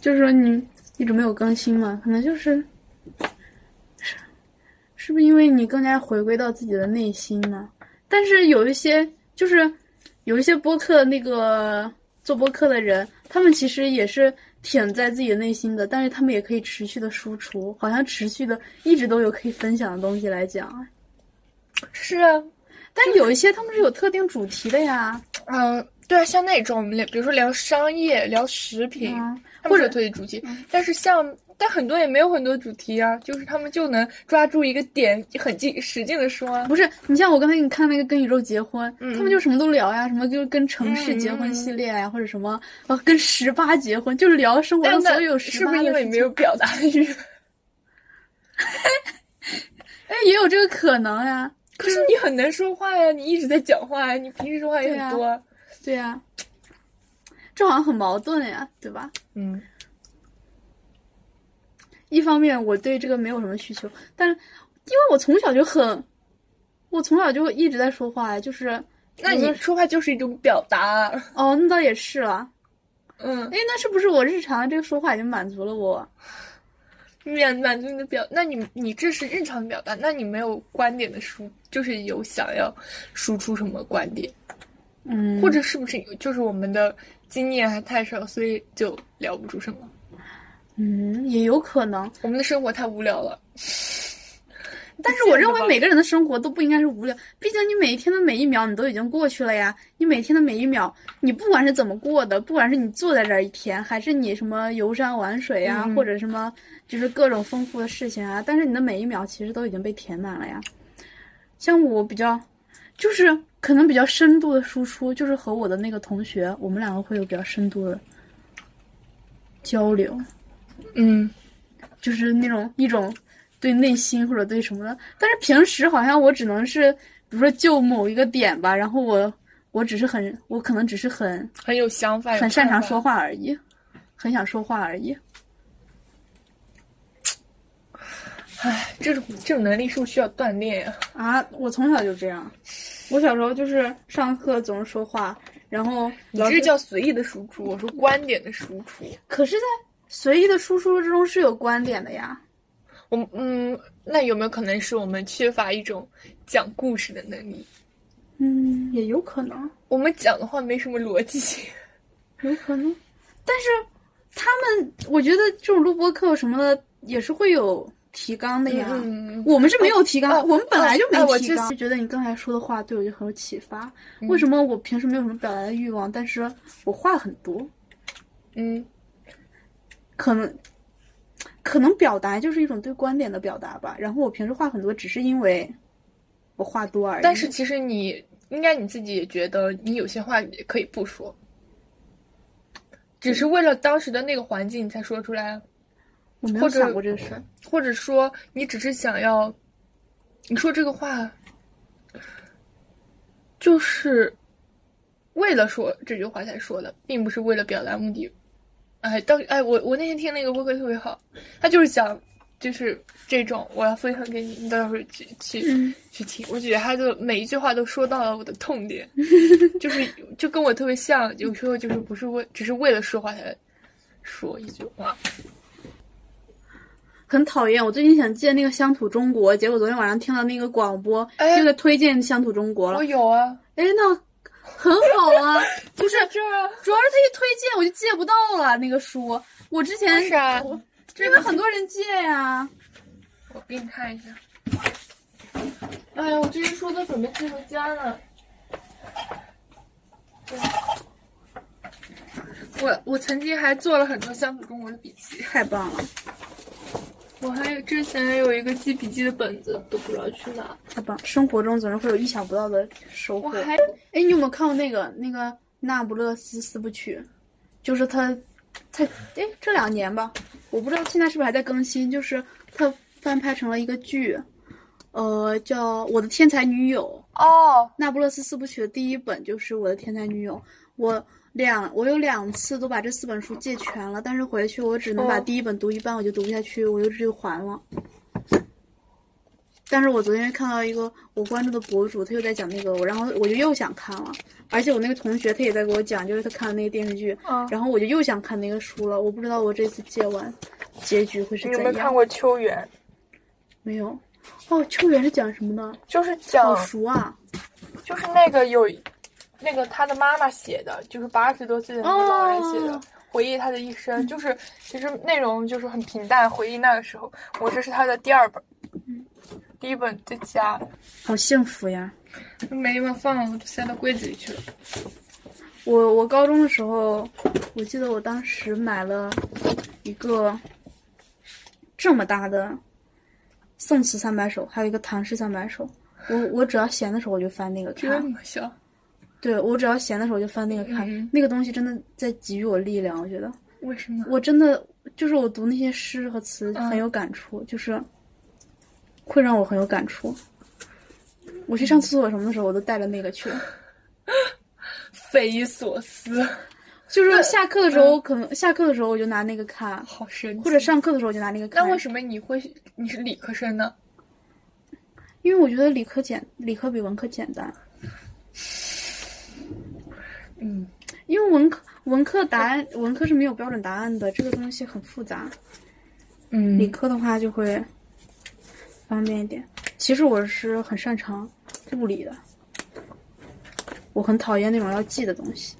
就是说你一直没有更新嘛，可能就是是是不是因为你更加回归到自己的内心呢？但是有一些就是有一些播客那个做播客的人，他们其实也是挺在自己的内心的，但是他们也可以持续的输出，好像持续的一直都有可以分享的东西来讲。是啊，但有一些他们是有特定主题的呀，嗯，对啊，像那种我们聊，比如说聊商业、聊食品，嗯他或们者嗯是有特定主题，但是像但很多也没有很多主题啊，就是他们就能抓住一个点，很劲使劲的说啊。不是，你像我刚才给你看那个《跟宇宙结婚》嗯嗯他们就什么都聊呀，什么就是跟城市结婚系列呀，或者什么呃跟十八结婚，就聊生活但中那所有十是八不的是因为事没情有表达欲？哎，也有这个可能呀，可是你很能说话呀，你一直在讲话呀，你平时说话也对啊很多啊。对呀，这好像很矛盾呀，对吧？嗯，一方面我对这个没有什么需求，但是因为我从小就很，我从小就一直在说话呀，就是那有的你时说话就是一种表达。啊哦，那倒也是了，嗯，哎，那是不是我日常的这个说话已经满足了我？满满足你的表，那你你这是日常表达，那你没有观点的输，就是有想要输出什么观点，嗯，或者是不是有就是我们的经验还太少，所以就聊不出什么，嗯，也有可能。我们的生活太无聊了。但是我认为每个个人的生活都不应该是无聊，毕竟你每一天的每一秒你都已经过去了呀。你每天的每一秒，你不管是怎么过的，不管是你坐在这儿一天，还是你什么游山玩水呀、嗯或者什么就是各种丰富的事情啊，但是你的每一秒其实都已经被填满了呀。像我比较，就是可能比较深度的输出，就是和我的那个同学，我们两个会有比较深度的交流。嗯，就是那种一种对内心或者对什么的。但是平时好像我只能是，比如说就某一个点吧，然后我我只是很，我可能只是很很有想法，有很擅长看法说，话而已，很想说话而已。唉，这种这种能力是不是需要锻炼呀、啊，我从小就这样，我小时候就是上课总是说话，然后你老这师叫随意的输出，我说观点的输出。可是，在随意的输出之中是有观点的呀。我们嗯，那有没有可能是我们缺乏一种讲故事的能力？嗯，也有可能。我们讲的话没什么逻辑性。有可能，但是他们，我觉得这种录播课什么的也是会有提纲的呀。嗯我们是没有提纲，哦我们本来就没哦哎我提纲。之就嗯觉得你刚才说的话对我就很有启发。为什么我平时没有什么表达的欲望，但是我话很多？嗯，可能，可能表达就是一种对观点的表达吧。然后我平时话很多，只是因为我话多而已。但是其实你应该你自己也觉得，你有些话也可以不说，只是为了当时的那个环境你才说出来，啊我没有或者嗯想过这个事儿。或者说你只是想要，你说这个话，就是为了说这句话才说的，并不是为了表达目的。哎，当哎，我我那天听那个播客特别好，他就是讲，就是这种，我要分享给你，你到时候去去、去听。我觉得他的每一句话都说到了我的痛点，就是就跟我特别像，有时候就是不是为只是为了说话才说一句话。很讨厌。我最近想见那个《乡土中国》，结果昨天晚上听到那个广播，哎那个推荐《乡土中国》了我。有啊，哎，那很好啊，就是这儿啊。主要是他一推荐我就借不到了那个书。我之前是啊，因为很多人借呀、 我给你看一下。哎呀，我这些书都准备寄回家了。我我曾经还做了很多乡土中国的笔记，太棒了，我还有之前有一个记笔记的本子，都不知道去哪。太棒！生活中总是会有意想不到的收我获。还哎，你有没有看过那个那个《那不勒斯四部曲》？就是他，他哎这两年吧，我不知道现在是不是还在更新，就是他翻拍成了一个剧，呃，叫《我的天才女友》。哦， 《那不勒斯四部曲》的第一本就是我的天才女友，我两我有两次都把这四本书借全了，但是回去我只能把哦第一本读一半，我就读不下去，我就只有还了。但是我昨天看到一个我关注的博主，他又在讲那个，然后我就又想看了。而且我那个同学他也在给我讲，就是他看的那个电视剧，嗯然后我就又想看那个书了。我不知道我这次借完结局会是你怎有样。没有看过《秋园没有。哦，秋园是讲什么的？》？哦就是好讲，熟啊！就是那个有，那个他的妈妈写的，就是八十多岁的那个老人写的哦，回忆他的一生，就是其实内容就是很平淡，回忆那个时候。我这是他的第二本，嗯第一本在家，好幸福呀！没地方放了，我就塞到柜子里去了。我我高中的时候，我记得我当时买了一个这么大的《宋词三百首》，还有一个《唐诗三百首》。我我只要闲的时候我就翻那个这看，么小，对我只要闲的时候就翻那个看，嗯那个东西真的在给予我力量。我觉得为什么？我真的就是我读那些诗和词嗯很有感触，就是会让我很有感触。我去上厕所什么的时候，我都带着那个去。匪夷所思，就是下课的嗯时候，可能下课的时候我就拿那个看，好神奇。或者上课的时候我就拿那个那看。为什么你会你是理科生呢？因为我觉得理科简，理科比文科简单。嗯，因为文科文科答案，文科是没有标准答案的，这个东西很复杂。嗯理科的话就会方便一点。其实我是很擅长物理的，我很讨厌那种要记的东西。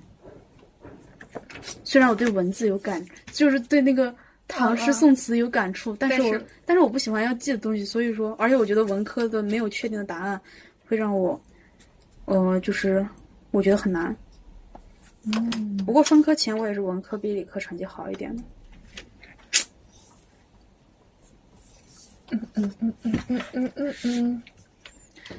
虽然我对文字有感，就是对那个唐嗯诗嗯宋词有感触，但是但我是但是我不喜欢要记的东西，所以说，而且我觉得文科的没有确定的答案会让我，呃，就是我觉得很难。嗯，不过分科前我也是文科比理科成绩好一点的。嗯嗯嗯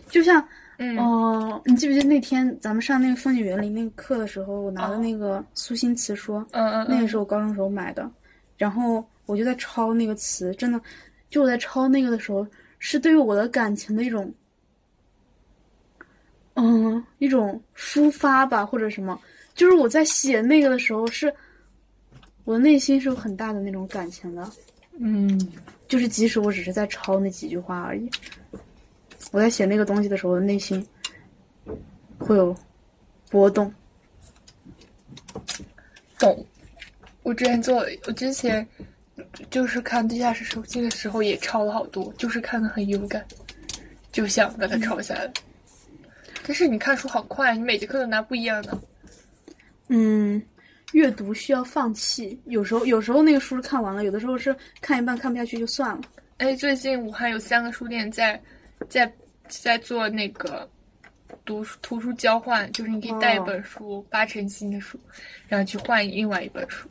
就像，嗯哦，你记不记得那天咱们上那个风景园林那个课的时候，我拿的那个苏辛词说，哦嗯那嗯个是我高中时候买的，然后我就在抄那个词，真的，就我在抄那个的时候，是对于我的感情的一种，嗯，一种抒发吧，或者什么，就是我在写那个的时候是，我内心是有很大的那种感情的，嗯就是即使我只是在抄那几句话而已，我在写那个东西的时候，内心会有波动。懂。我之前做，我之前就是看《地下室手记》的时候也抄了好多，就是看的很有感，就想把它抄下来。但是你看书好快，你每节课都拿不一样的。嗯，阅读需要放弃，有时候有时候那个书是看完了，有的时候是看一半看不下去就算了。哎，最近武汉有三个书店在在在做那个读书图书交换，就是你可以带一本书，八成新的书，然后去换另外一本书。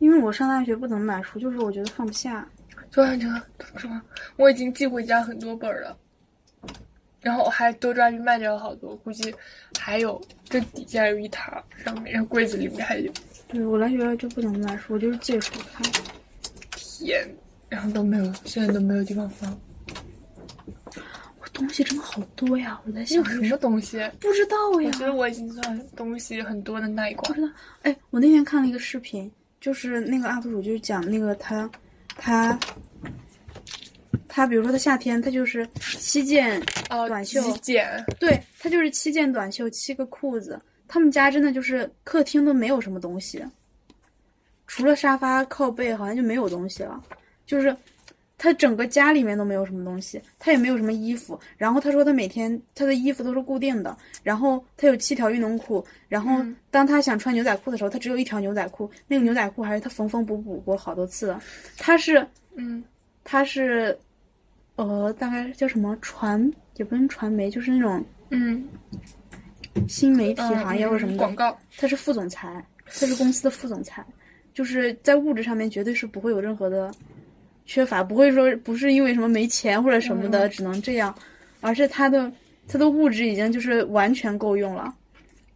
因为我上大学不怎么买书，就是我觉得放不下。多少折？多少折？我已经寄回家很多本儿了，然后我还多抓鱼卖掉了好多，估计还有这底下有一沓，上面然后柜子里面还有对我来学校就不怎么买书，我就是借书看。天，然后都没有，现在都没有地方放。我东西真的好多呀！我在你想有，什么东西？不知道嗯我呀。觉得我已经算东西很多的那一不款知。道，哎，我那天看了一个视频，就是那个 UP 主就是讲那个他，他，他，比如说他夏天他就是七件，哦，短袖极简。对他就是七件短袖，七个裤子。他们家真的就是客厅都没有什么东西，除了沙发靠背好像就没有东西了，就是他整个家里面都没有什么东西，他也没有什么衣服。然后他说他每天他的衣服都是固定的，然后他有七条运动裤，然后当他想穿牛仔裤的时候，他只有一条牛仔裤，那个牛仔裤还是他缝缝补补过好多次的。他是嗯，他是，呃，大概叫什么传也不是传媒，就是那种嗯，新媒体嗯行业或者什么的广告？他是副总裁，他是公司的副总裁，就是在物质上面绝对是不会有任何的缺乏，不会说不是因为什么没钱或者什么的、只能这样，而是他的他的物质已经就是完全够用了。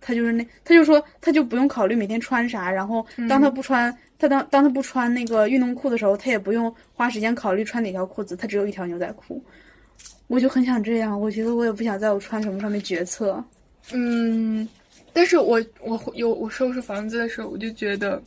他就是那，他就说他就不用考虑每天穿啥，然后当他不穿，他当当他不穿那个运动裤的时候，他也不用花时间考虑穿哪条裤子，他只有一条牛仔裤。我就很想这样，我觉得我也不想在我穿什么上面决策。嗯，但是我我有我收拾房子的时候，我就觉得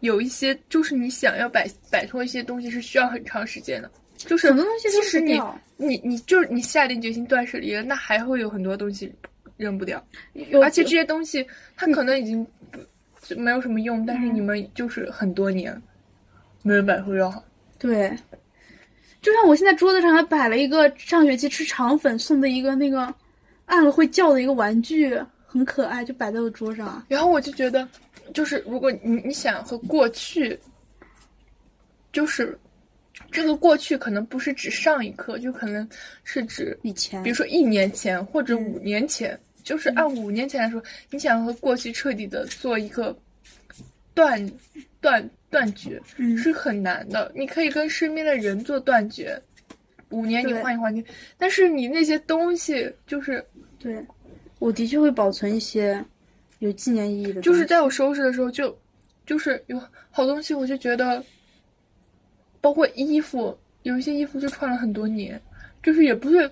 有一些就是你想要摆摆脱一些东西是需要很长时间的。就是很多东西都即使不你掉你你就是你下定决心断舍离了，那还会有很多东西扔不掉，有而且这些东西它嗯可能已经不就没有什么用，但是你们就是很多年没人摆会要好。对，就像我现在桌子上还摆了一个上学期吃肠粉送的一个那个按了会叫的一个玩具，很可爱，就摆在我桌上。然后我就觉得，就是如果你你想和过去，就是这个过去可能不是指上一刻，就可能是指以前比如说一年前或者嗯五年前，就是按五年前来说，你想和过去彻底的做一个断断断绝，嗯是很难的。你可以跟身边的人做断绝，五年你对换一换去，但是你那些东西，就是对，我的确会保存一些有纪念意义的东西，就是在我收拾的时候就，就是有好东西，我就觉得，包括衣服，有一些衣服就穿了很多年，就是也不是。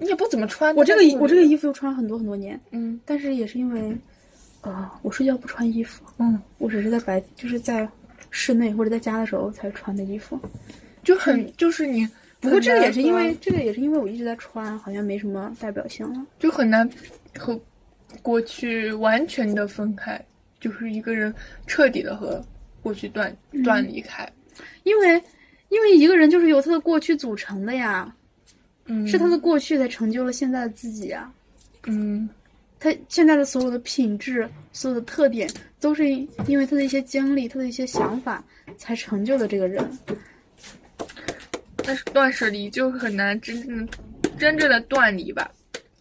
你也不怎么穿，我这个但是衣我这个衣服又穿了很多很多年，嗯但是也是因为，呃，我睡觉不穿衣服，嗯，我只是在白就是在室内或者在家的时候才穿的衣服。就很就是你很难嗯和，不过这个也是因为这个也是因为我一直在穿，好像没什么代表性了。就很难和过去完全的分开，就是一个人彻底的和过去断断离开，因为，因为一个人就是由他的过去组成的呀，嗯，是他的过去才成就了现在的自己呀。嗯他现在的所有的品质、所有的特点，都是因因为他的一些经历、他的一些想法，才成就了这个人。但是断舍离就很难真正的真正的断离吧？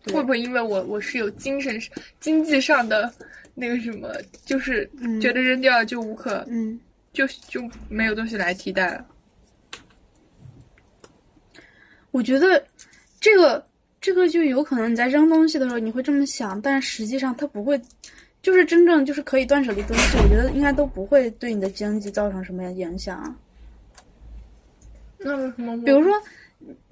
对会不会因为我我是有精神经济上的那个什么，就是嗯觉得扔掉就无可、嗯，就就没有东西来替代了？我觉得这个这个就有可能你在扔东西的时候你会这么想，但实际上它不会，就是真正就是可以断舍离的东西，我觉得应该都不会对你的经济造成什么影响啊。那为什么我？比如说，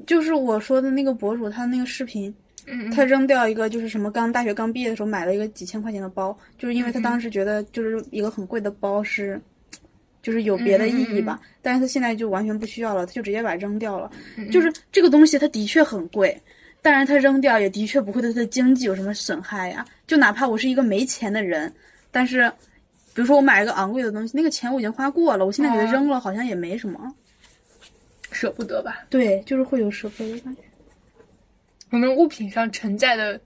就是我说的那个博主，他那个视频，嗯，嗯他扔掉一个就是什么刚大学刚毕业的时候买了一个几千块钱的包，就是因为他当时觉得就是一个很贵的包是，就是有别的意义吧。但是他现在就完全不需要了，他就直接把它扔掉了。嗯就是这个东西它的确很贵，但是他扔掉也的确不会对他的经济有什么损害呀。就哪怕我是一个没钱的人，但是比如说我买一个昂贵的东西，那个钱我已经花过了，我现在给它哦扔了好像也没什么。舍不得吧？对，就是会有舍不得的感觉。我们物品上承载的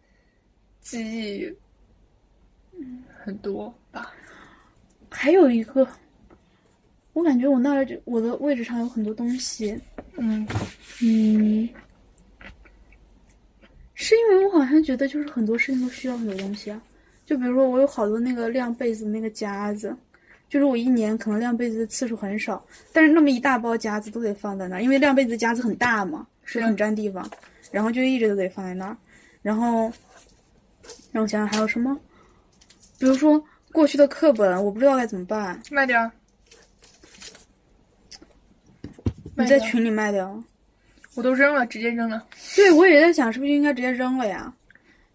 记忆很多吧？还有一个，我感觉我那儿就我的位置上有很多东西，嗯，嗯，是因为我好像觉得就是很多事情都需要很多东西啊，就比如说我有好多那个晾被子的那个夹子，就是我一年可能晾被子的次数很少，但是那么一大包夹子都得放在那儿，因为晾被子的夹子很大嘛，所以很占地方，然后就一直都得放在那儿，然后让我想想还有什么，比如说过去的课本，我不知道该怎么办，卖掉儿。你卖在掉儿群里卖掉。我都扔了，直接扔了，对，我也在想，是不是应该直接扔了呀？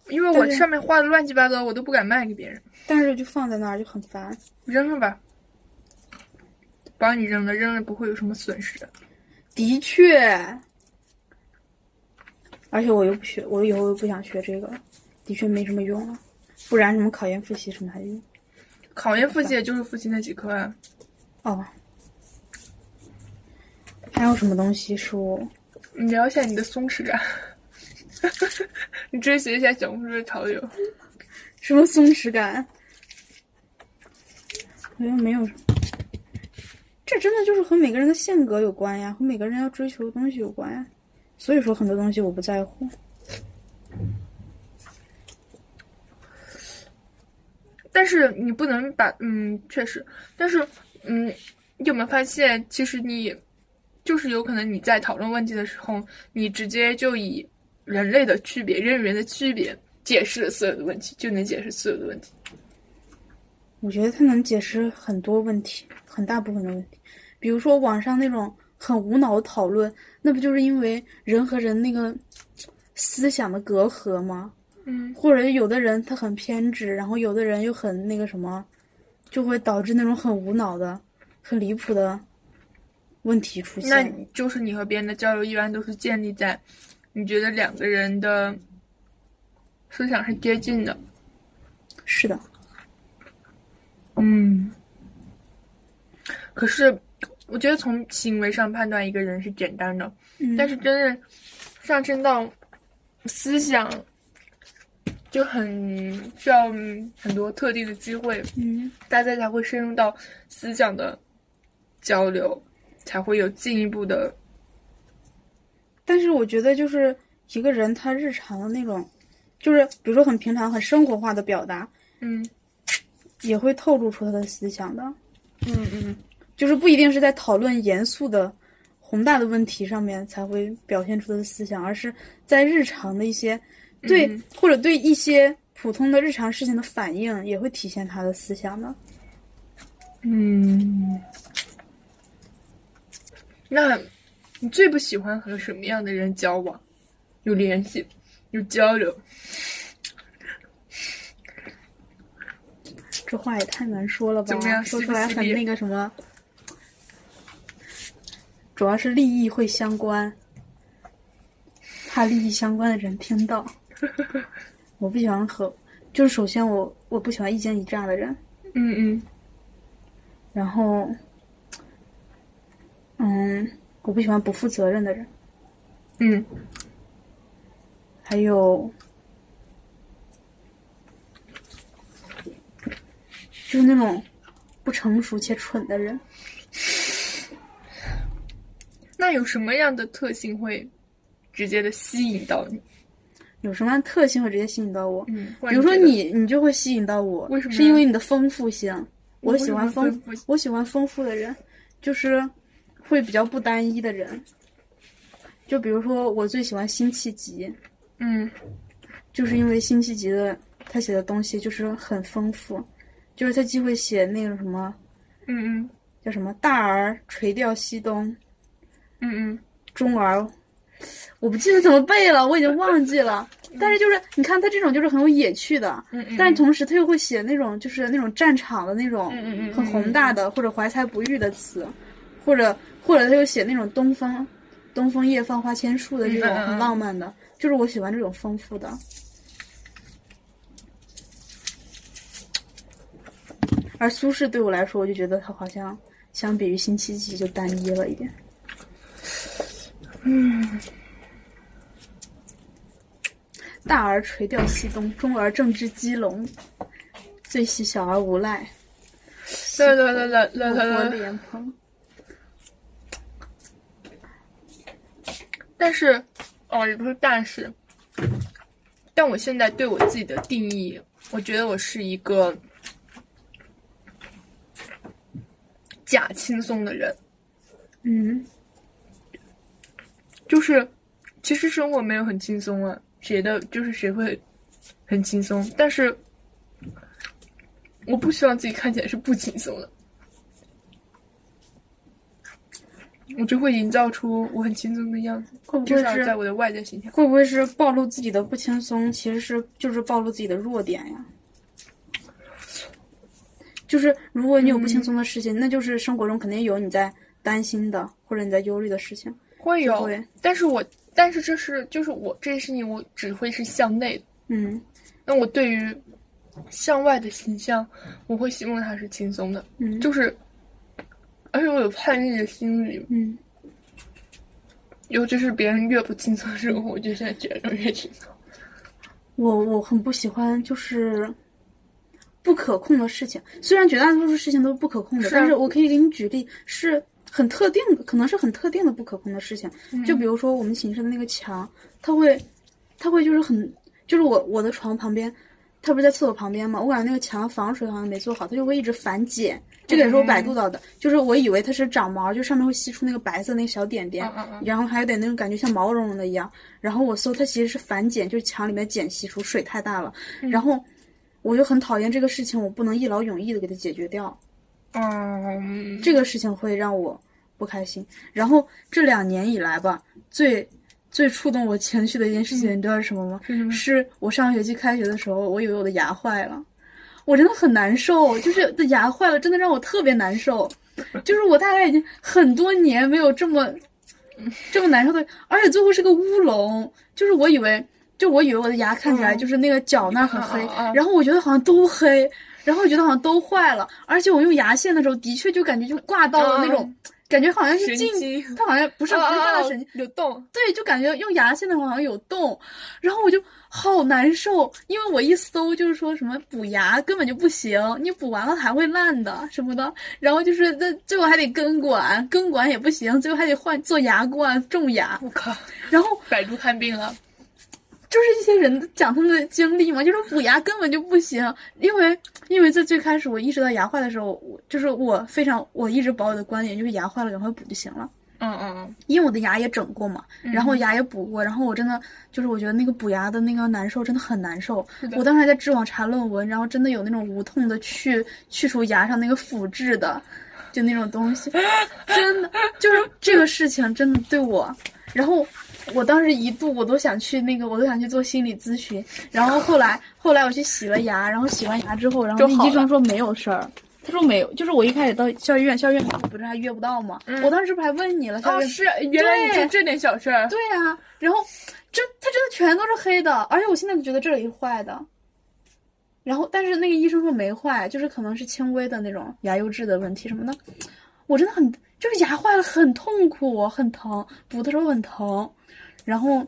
因为我对上面画的乱七八糟，我都不敢卖给别人，但是就放在那儿就很烦。扔了吧。帮你扔了，扔了不会有什么损失的。的确，而且我又不学，我以后又不想学这个，的确没什么用了。不然什么考研复习什么还用？考研复习也就是复习那几科啊，哦，还有什么东西是我你聊一下你的松弛感， 你追随一下小红书的潮流。什么松弛感？好像没有什么。这真的就是和每个人的性格有关呀，和每个人要追求的东西有关呀。所以说很多东西我不在乎。但是你不能把嗯，确实，但是嗯，你有没有发现，其实你就是有可能你在讨论问题的时候，你直接就以人类的区别、人与人的区别解释了所有的问题，就能解释所有的问题。我觉得它能解释很多问题，很大部分的问题，比如说网上那种很无脑的讨论，那不就是因为人和人那个思想的隔阂吗？嗯，或者有的人他很偏执，然后有的人又很那个什么，就会导致那种很无脑的、很离谱的问题出那现。你就是你和别人的交流一般都是建立在你觉得两个人的思想是接近的。是的，嗯，可是我觉得从行为上判断一个人是简单的，嗯但是真正上升到思想，就很需要嗯很多特定的机会，嗯，大家才会深入到思想的交流，才会有进一步的但是我觉得就是一个人他日常的那种，就是比如说很平常、很生活化的表达，嗯也会透露出他的思想的，嗯嗯就是不一定是在讨论严肃的、宏大的问题上面才会表现出他的思想，而是在日常的一些对、嗯或者对一些普通的日常事情的反应，也会体现他的思想的。嗯。那你最不喜欢和什么样的人交往？有联系，有交流。这话也太难说了吧？怎么样说犀出不来犀很利那个什么，主要是利益会相关，怕利益相关的人听 到。我不喜欢和，就是首先我我不喜欢意见一致的人，嗯嗯然后，嗯，我不喜欢不负责任的人，嗯还有。就是那种不成熟且蠢的人，那有什么样的特性会直接的吸引到你？有什么样的特性会直接吸引到我？嗯，比如说你，你就会吸引到我，为什么呢是因为你的丰富性。我为喜什么欢丰丰富性我喜欢丰富的人，就是会比较不单一的人。就比如说，我最喜欢辛弃疾，嗯就是因为辛弃疾的他写的东西就是很丰富，就是他既会写那种什么嗯嗯叫什么“大儿垂钓西东，嗯嗯，中儿，我不记得怎么背了，我已经忘记了。 但是就是你看他这种就是很有野趣的，嗯嗯但是同时他又会写那种就是那种战场的那种嗯嗯嗯嗯很宏大的或者怀才不遇的词，或者或者他又写那种东风东风夜放花千树的这种嗯嗯嗯很浪漫的，就是我喜欢这种丰富的。而苏轼对我来说，我就觉得他好像相比于辛弃疾就单一了一点。嗯大儿垂钓西东，中儿正之鸡笼。最喜小儿无赖，来来来来来我来来来，莲蓬。但是哦，也不是但是，但我现在对我自己的定义，我觉得我是一个假轻松的人，嗯，就是其实生活没有很轻松啊，谁的就是谁会很轻松，但是我不希望自己看起来是不轻松的，我就会营造出我很轻松的样子，会不至会少在是我的外在形象。会不会是暴露自己的不轻松，其实是就是暴露自己的弱点呀？就是如果你有不轻松的事情，那就是生活中肯定有你在担心的或者你在忧虑的事情。会有，会但是我但是这是就是我这些事情我只会是向内的，嗯那我对于向外的形象，我会希望它是轻松的，嗯就是，而且我有叛逆的心理，嗯，尤其是别人越不轻松的时候，我就现在觉得越轻 松。我我很不喜欢就是不可控的事情，虽然绝大多数事情都是不可控的，是啊但是我可以给你举例，是很特定的，可能是很特定的不可控的事情。嗯就比如说我们寝室的那个墙，它会，它会就是很，就是我我的床旁边，它不是在厕所旁边嘛，我感觉那个墙防水好像没做好，它就会一直反碱。这个也是我百嗯度到的，就是我以为它是长毛，就上面会吸出那个白色那个小点点，嗯嗯嗯然后还有点那种感觉像毛茸茸的一样。然后我搜它其实是反碱，就是墙里面碱析出水太大了，然后我就很讨厌这个事情，我不能一劳永逸的给它解决掉。嗯，这个事情会让我不开心。然后这两年以来吧，最最触动我情绪的一件事情，你知道是什么吗？嗯是什么是我上学期开学的时候，我以为我的牙坏了，我真的很难受，就是的牙坏了，真的让我特别难受。就是我大概已经很多年没有这么这么难受的，而且最后是个乌龙，就是我以为，就我以为我的牙看起来嗯就是那个角那儿很黑，啊啊啊然后我觉得好像都黑，然后我觉得好像都坏了，而且我用牙线的时候的确就感觉就挂到了那种，感觉好像是嗯神进，经嗯哦它好像不是不是挂到神经，有洞，对，就感觉用牙线的时候好像有洞，然后我就好难受，因为我一搜就是说什么补牙根本就不行，你补完了还会烂的什么的，然后就是那最后还得根管，根管也不行，最后还得换做牙冠种牙，我靠，然后 百度看病了，就是一些人讲他们的经历嘛，就是补牙根本就不行，因为因为在最开始我意识到牙坏的时候，我就是我非常我一直保有的观点就是牙坏了赶快补就行了。嗯嗯因为我的牙也整过嘛，嗯然后牙也补过，然后我真的就是我觉得那个补牙的那个难受真的很难受是。的我当时还在知网查论文，然后真的有那种无痛的去去除牙上那个腐质的，就那种东西，真的就是这个事情真的对我，然后我当时一度我都想去那个，我都想去做心理咨询，然后后来后来我去洗了牙，然后洗完牙之后，然后就那好医生了说没有事儿。他说没有，就是我一开始到校医院，校医院不是还约不到吗？嗯我当时不还问你了，嗯，校医院是，原来你对就这点小事儿，对呀、然后真它真的全都是黑的，而且我现在就觉得这里是坏的。然后，但是那个医生说没坏，就是可能是轻微的那种牙釉质的问题什么的。我真的很就是牙坏了很痛苦，很疼，补的时候很疼。然后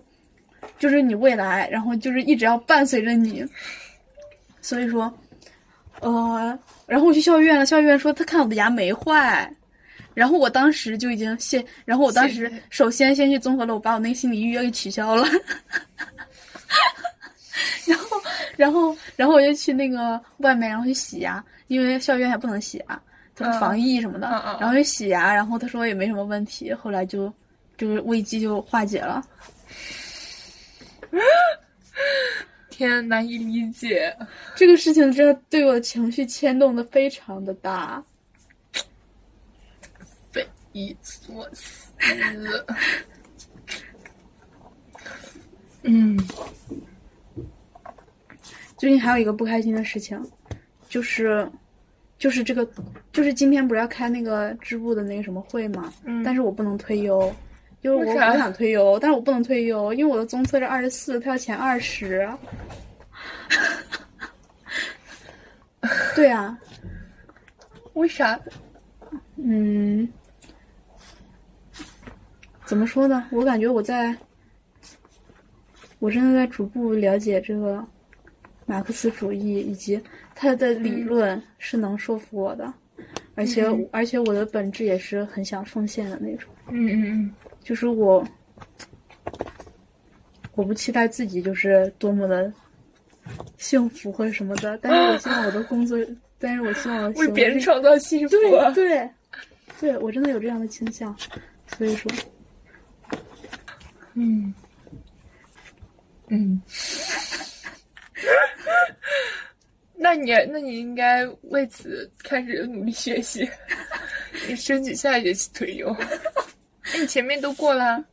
就是你未来，然后就是一直要伴随着你。所以说，呃，然后我去校医院了，校医院说他看我的牙没坏，然后我当时就已经先，然后我当时谢谢首先先去综合楼，我把我那个心理预约给取消了， 然后然后然后我就去那个外面，然后去洗牙，因为校医院还不能洗牙，他们嗯防疫什么的，嗯嗯嗯然后去洗牙，然后他说也没什么问题，后来就就是危机就化解了。天，难以理解，这个事情真的对我的情绪牵动的非常的大。匪夷所思。嗯，最近还有一个不开心的事情，就是，就是这个，就是今天不是要开那个支部的那个什么会嘛？嗯但是我不能退优，就是我为啥我想退优，但是我不能退优，因为我的综测是二十四，他要前二十。 对啊，为啥？嗯，怎么说呢？我感觉我在，我真的在逐步了解这个马克思主义以及它的嗯理论是能说服我的，而且、而且我的本质也是很想奉献的那种。嗯嗯就是我，我不期待自己就是多么的幸福或者什么的，但是我希望我的工作，但是我希望我的嗯，为行别人为创造幸福。啊对对，对我真的有这样的倾向，所以说，嗯，嗯，那你那你应该为此开始努力学 习，你争取下学期退优。哎那你前面都过了，啊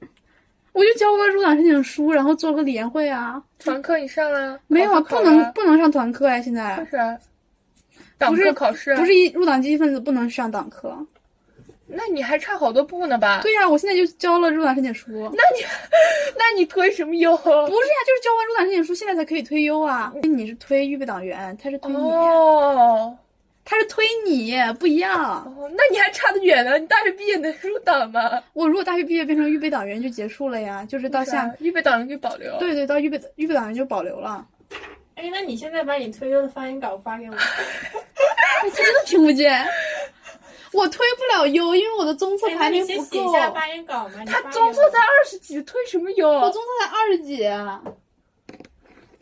我就交个入党申请书，然后做个联会啊。团课你上了，没有啊，考不试考能了不能上团课呀、现在为啥？党课考试啊不是一入党积极分子不能上党课。那你还差好多步呢吧？对呀、我现在就交了入党申请书。那那你推什么优？不是呀、就是交完入党申请书，现在才可以推优啊。你是推预备党员，他是推你，哦他是推你不一样。哦，那你还差得远呢。你大学毕业能入党吗？我如果大学毕业变成预备党员就结束了呀，就是到下啊预备党员可以保留。对对到预备预备党员就保留了。哎，那你现在把你推优的发言稿发给 我，他真的听不见。我推不了优，因为我的综测哎那排你名先不写够一。下发言稿嘛。你他发给综测我才二十几，推什么优？我综测才二十几，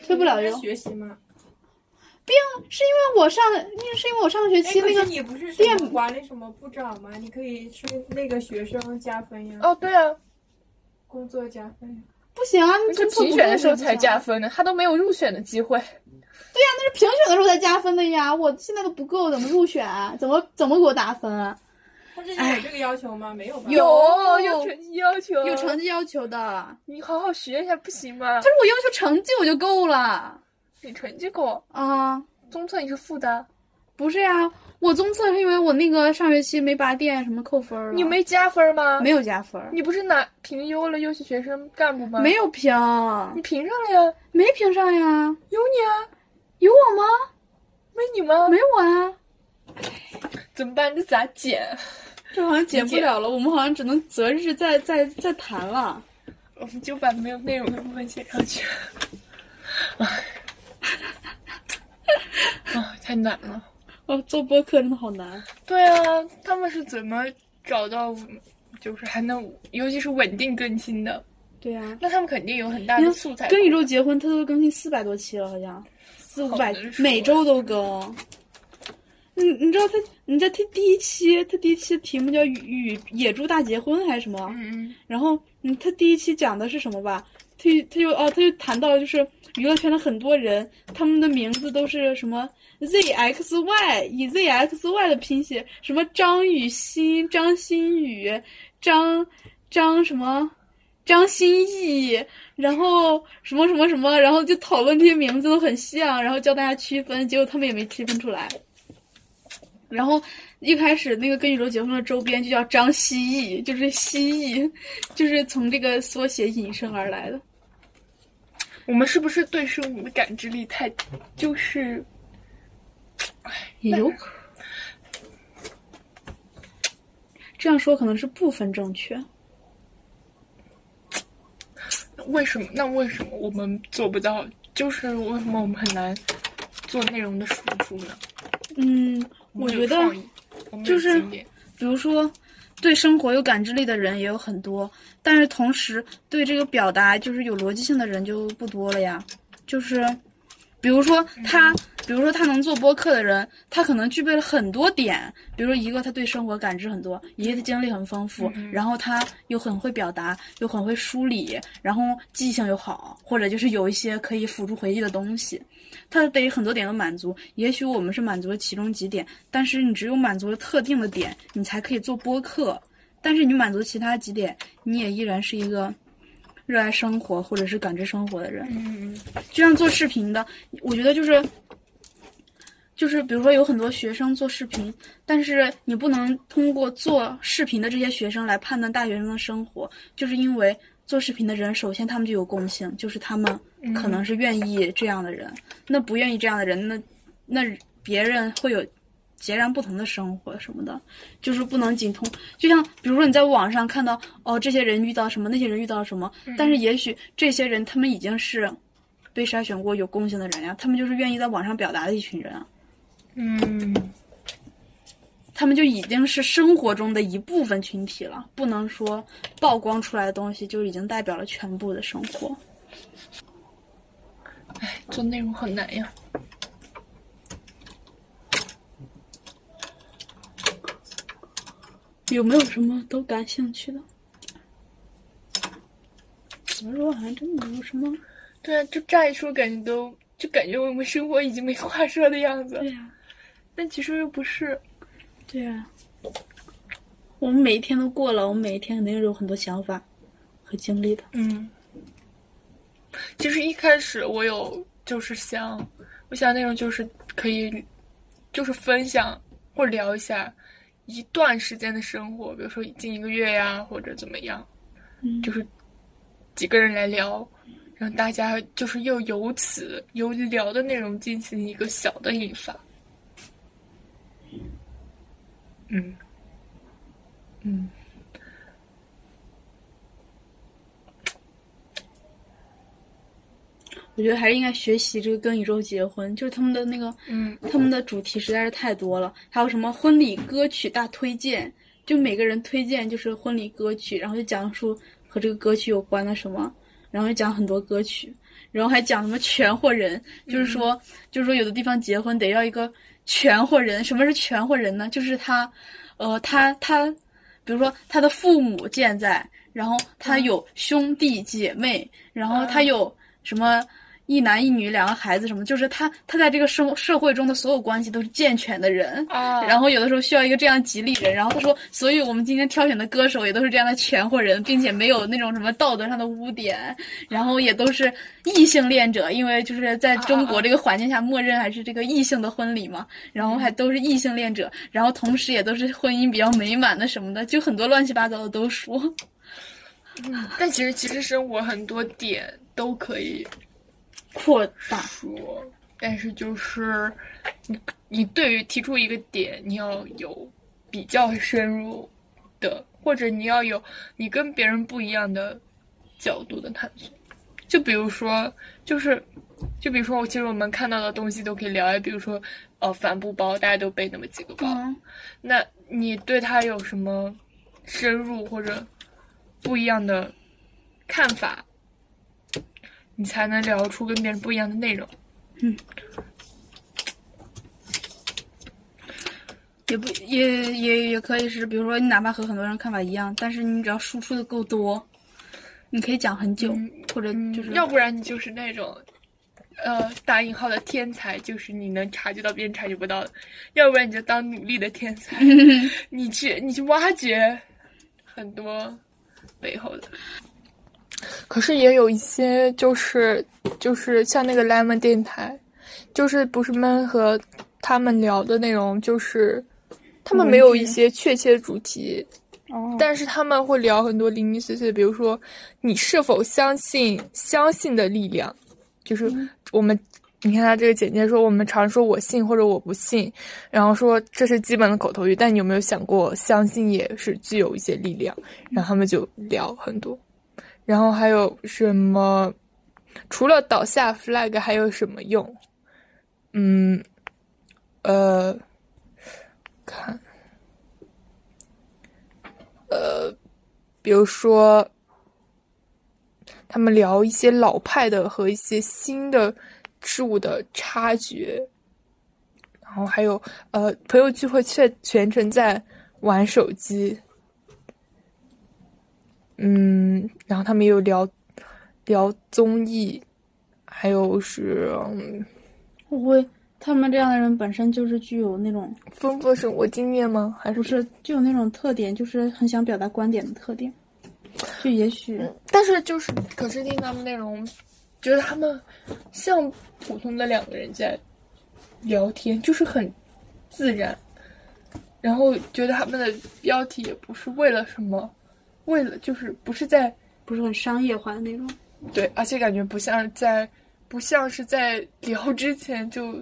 推不了你在优。学习吗？并是因为我上，是因为我上学哎，期可那个 是你不是什么管理什么部长吗？你可以是那个学生加分呀，哦，对啊，工作加分呀。不行啊，那你是综测不评选够的时候就不才行加分的，他都没有入选的机会。那是评选的时候才加分的呀。我现在都不够，怎么入选啊？怎么怎么给我打分啊？他之前有这个要求吗？没有吧？有有成绩要求，有成绩要求的，你好好学一下不行吗他？说我要求成绩我就够了你成绩够，啊。综测你是负的，不不是呀，我综测是因为我那个上学期没拔电，什么扣分儿了你没加分吗？嗯没有加分儿，你不是拿评优了优秀学生干部吗？没，有评，你评上了呀，没评上呀，有你啊，有我吗？没你吗？没我啊，怎么办？这咋减？这好像解不解了了，我们好像只能择日再再再谈了。我们就把没有内容的部分写上去。唉啊，太难了。哦，做播客真的好难。对啊，他们是怎么找到，就是还能，尤其是稳定更新的？对呀、那他们肯定有很大的素材。跟宇宙结婚，他都更新四百多期了，好像四五百好难，说每周都更。你你知道他，你知道他第一期，他第一期题目叫与“与野猪大结婚”还是什么？嗯嗯，然后，嗯，他第一期讲的是什么吧？他他就哦，他就谈到了就是娱乐圈的很多人，他们的名字都是什么 ZXY，以 ZXY 的拼写，什么张雨欣、张馨予、张张什么张歆艺，然后什么什么什么，然后就讨论这些名字都很像，然后教大家区分，结果他们也没区分出来。然后一开始那个跟宇宙结婚的周边就叫张蜥蜴，就是蜥蜴，就是从这个缩写引申而来的。我们是不是对事物的感知力太，就是也有可这样说可能是部分正确，为什么？那为什么我们做不到？就是为什么我们很难做内容的输出呢？嗯，我觉得们有创意我们有就是经验比如说，对生活有感知力的人也有很多，但是同时对这个表达就是有逻辑性的人就不多了呀。就是，比如说他，比如说他能做播客的人，他可能具备了很多点，比如说一个他对生活感知很多，一个他经历很丰富，然后他又很会表达，又很会梳理，然后记性又好，或者就是有一些可以辅助回忆的东西。它得很多点都满足。也许我们是满足了其中几点，但是你只有满足了特定的点，你才可以做播客。但是你满足其他几点，你也依然是一个热爱生活或者是感知生活的人。嗯，就像做视频的，我觉得就是，就是比如说有很多学生做视频，但是你不能通过做视频的这些学生来判断大学生的生活，就是因为做视频的人，首先他们就有共性，就是他们可能是愿意这样的人，那不愿意这样的人，那那别人会有截然不同的生活什么的，就是不能仅通。就像比如说你在网上看到哦，这些人遇到什么，那些人遇到什么，但是也许这些人他们已经是被筛选过有共性的人呀，他们就是愿意在网上表达的一群人啊，嗯嗯，他们就已经是生活中的一部分群体了，不能说曝光出来的东西就已经代表了全部的生活。做内容很难呀。有没有什么都感兴趣的？怎么说，好像真的没有什么。对啊，就乍一说感觉都，就感觉我们生活已经没话说的样子，对呀、但其实又不是。对呀、我们每一天都过了，我们每一天肯定是有很多想法和经历的。嗯，其实一开始我有就是想，我想那种就是可以，就是分享或者聊一下一段时间的生活，比如说近一个月呀，或者怎么样，嗯就是几个人来聊，让大家就是又由此由聊的内容进行一个小的引发。嗯，嗯。我觉得还是应该学习这个跟宇宙结婚，就是他们的那个嗯，他们的主题实在是太多了，还有什么婚礼歌曲大推荐，就每个人推荐就是婚礼歌曲，然后就讲述和这个歌曲有关的什么，然后就讲很多歌曲，然后还讲什么全或人，就是说、就是说有的地方结婚得要一个全或人，什么是全或人呢？就是他，呃，他他，比如说他的父母健在，然后他有兄弟姐妹，然后他有什么。一男一女两个孩子什么，就是他他在这个社社会中的所有关系都是健全的人。啊，然后有的时候需要一个这样吉利人，然后他说，所以我们今天挑选的歌手也都是这样的全乎人，并且没有那种什么道德上的污点，然后也都是异性恋者，因为就是在中国这个环境下，默认还是这个异性的婚礼嘛，然后还都是异性恋者，然后同时也都是婚姻比较美满的什么的，就很多乱七八糟的都说。但其实其实生活很多点都可以扩大，说，但是就是你你对于提出一个点，你要有比较深入的，或者你要有你跟别人不一样的角度的探索。就比如说，就是就比如说，我其实我们看到的东西都可以聊，比如说呃帆布包，大家都背那么几个包，嗯，那你对它有什么深入或者不一样的看法，你才能聊出跟别人不一样的内容。也不也也也可以是，比如说你哪怕和很多人看法一样，但是你只要输出的够多，你可以讲很久，或者就是、嗯要不然你就是那种，呃，打引号的天才，就是你能察觉到别人察觉不到的；要不然你就当努力的天 才，你去你去挖掘很多背后的。可是也有一些就是就是像那个 Lemon 电台，就是不是们和他们聊的内容，就是他们没有一些确切主题，哦但是他们会聊很多零零碎碎，比如说你是否相信相信的力量，就是我们、你看他这个简介说我们常说我信或者我不信，然后说这是基本的口头语，但你有没有想过相信也是具有一些力量？然后他们就聊很多，然后还有什么？除了倒下 flag 还有什么用？嗯，呃，看。比如说，他们聊一些老派的和一些新的事物的差距，然后还有呃，朋友聚会却全程在玩手机，嗯，然后他们也有聊聊综艺，还有是嗯会不会他们这样的人本身就是具有那种丰富的生活经验吗？还不是是具有那种特点，就是很想表达观点的特点？就也许但是就是，可是听他们内容，觉得他们像普通的两个人在聊天，就是很自然。然后觉得他们的标题也不是为了什么，为了就是不是在不是很商业化的那种。对，而且感觉不像是在不像是在聊之前就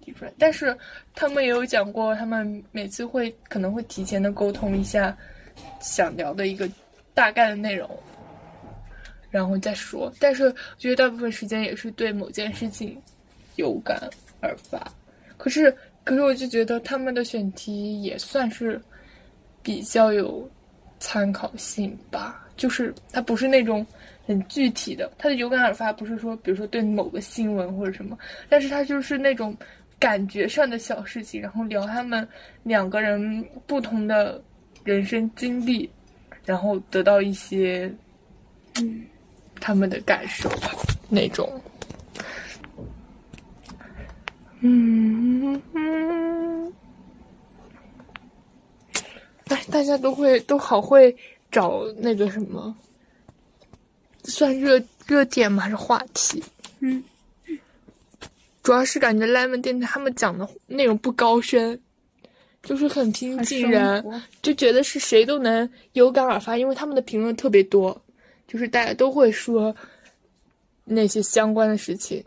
提出来。但是他们也有讲过，他们每次会可能会提前的沟通一下想聊的一个大概的内容，然后再说。但是我觉得大部分时间也是对某件事情有感而发。可是，可是我就觉得他们的选题也算是比较有参考性吧，就是它不是那种很具体的，它的有感而发不是说，比如说对某个新闻或者什么，但是它就是那种感觉上的小事情，然后聊他们两个人不同的人生经历，然后得到一些他们的感受吧，那种。嗯嗯，哎，大家都会都好会找那个什么，算热热点吗？还是话题？嗯，主要是感觉 Lemon 电台他们讲的内容不高深，就是很平易很近生人活，就觉得是谁都能有感而发，因为他们的评论特别多，就是大家都会说那些相关的事情，